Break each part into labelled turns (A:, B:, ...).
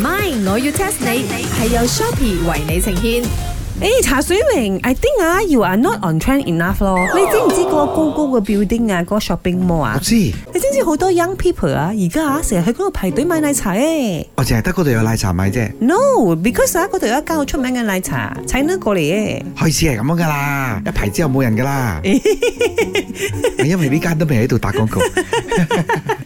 A: MY，我要 test 你係由 Shopee 為你呈現。
B: 誒，茶水榮，I think 啊，you are not on trend enough 咯。你知唔知嗰個高高嘅 building 啊，嗰個 shopping mall
C: 我
B: 啊？
C: 知，
B: 你知唔知好多 young people 啊，而家啊成日去嗰度排隊買奶茶啊誒
C: 我哦淨係得嗰度有奶茶賣啫。
B: ？No，because 啊嗰度有一間好出名嘅奶茶，請得過嚟誒。
C: 開始係咁樣噶啦，一排之後冇人噶啦。係因為呢間都未喺度打廣告，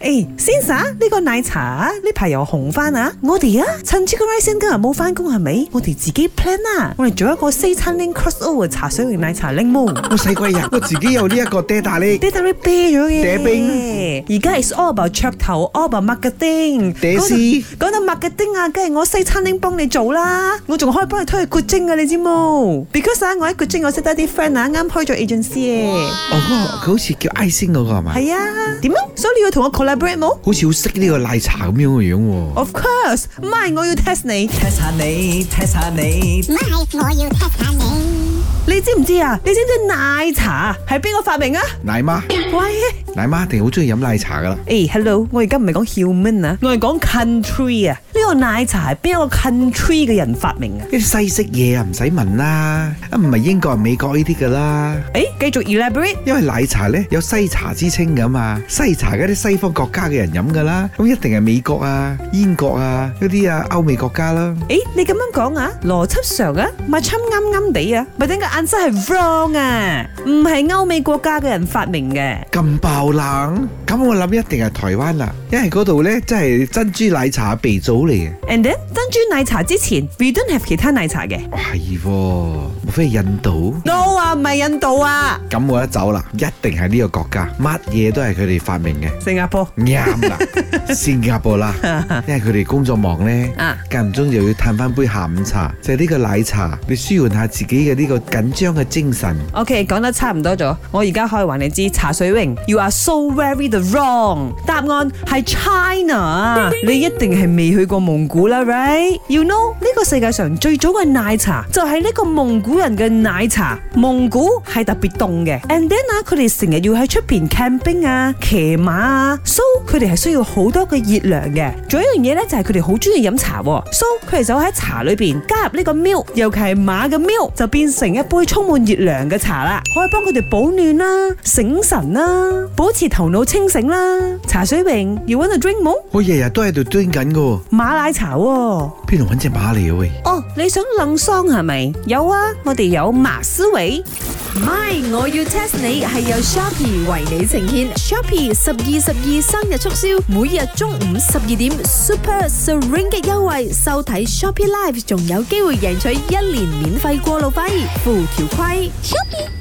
B: 誒，先生，呢個奶茶啊呢排又紅翻啊！我哋啊，趁住個 rising 今日冇翻工係咪？我哋自己 plan 啊，我哋做一個西餐拎 crossover 茶水榮奶茶拎冇。
C: 我細個日我自己有呢一個爹打呢，
B: 爹打你啤咗嘅，
C: 嗲
B: 而家 is all about 噱頭，all about marketing。
C: 嗲絲
B: 講到 marketing 啊，梗係我西餐廳幫你做啦，我仲可以幫你推去 good 精啊，你知冇？Because 啊，我喺 good 精，我識得啲 friend 啊，啱開咗 agency 嘅，
C: 哦，嗰個佢好似叫 I 星嗰個係嘛？
B: 係啊，點啊？所以你要同我 collaborate 冇
C: 好似好識呢個奶茶咁樣嘅樣喎。
B: ？Of course，唔係我要 test 你。
D: test 下你，test 下你
E: My，我要 test 下你。
B: 你知唔知啊？你知唔知奶茶係邊個發明啊？
C: 奶媽，
B: 喂！
C: 奶媽一定好中意飲奶茶噶啦。
B: 誒、h e l l o 我而家唔係講 human 啊，我係講 country 啊。呢個奶茶係邊一個 country 嘅人發明啊？
C: 呢啲西式嘢啊，唔使問啦，啊唔係英國係美國呢啲噶啦。
B: 誒、繼續 elaborate。
C: 因為奶茶呢有西茶之稱噶嘛，西茶嗰啲西方國家嘅人飲噶啦，咁一定係美國啊、英國啊嗰啲啊歐美國家啦。
B: 誒，你咁樣講啊，邏輯上啊，咪侵啱啱地啊，咪等個眼真係 wrong 啊，唔係歐美國家嘅人發明嘅。
C: 咁爆冷，咁我諗一定係台灣啦，因為嗰度呢真係珍珠奶茶鼻祖嚟嘅。
B: And then 珍珠奶茶之前，we don't have 其他奶茶嘅。
C: 哇係喎，莫非係印度？
B: No 啊，唔係印度啊，
C: 咁我一走啦，一定係呢個國家，乜嘢都係佢哋發明嘅。
B: 新加坡。
C: 啱啦，新加坡啦，因為佢哋工作忙呢
B: 啊，
C: 間唔中又要嘆翻杯下午茶，就係呢個奶茶，你舒緩下自己嘅呢個緊張嘅精神。
B: OK，講得差唔多咗，我而家可以話你知，茶水榮，you are so very the wrong。答案係 China，你啊一定係未去過蒙古啦，right？You know 呢個世界上最早嘅奶茶就係呢個蒙古人嘅奶茶，蒙古係特別凍嘅，and then 啊，佢哋成日要喺出邊 camping 啊、騎馬啊，so 佢哋係需要好多嘅熱量嘅。仲有一樣嘢咧，就係佢哋好中意飲茶喎，so 佢哋就喺茶裏邊加入呢個 milk，尤其係馬嘅 milk，就變成一杯充滿熱量嘅茶啦，可以幫佢哋保暖啦、醒神啦、保持頭腦清醒啦。茶水榮要揾個 drink 冇？
C: 我日日都喺度蹲緊噶喎，
B: 馬奶茶喎、
C: 邊度揾只馬嚟啊喂？
B: 哦，你想冷桑係咪？有啊，我哋有馬思維。
A: MY，我要 test 你係由 Shopee 為你呈現。Shopee 十二十二生日促銷，每日中午十二點 Super Serenge 優惠，收睇 Shopee Live 仲有機會贏取一年免費過路費，附條規。
E: Shopee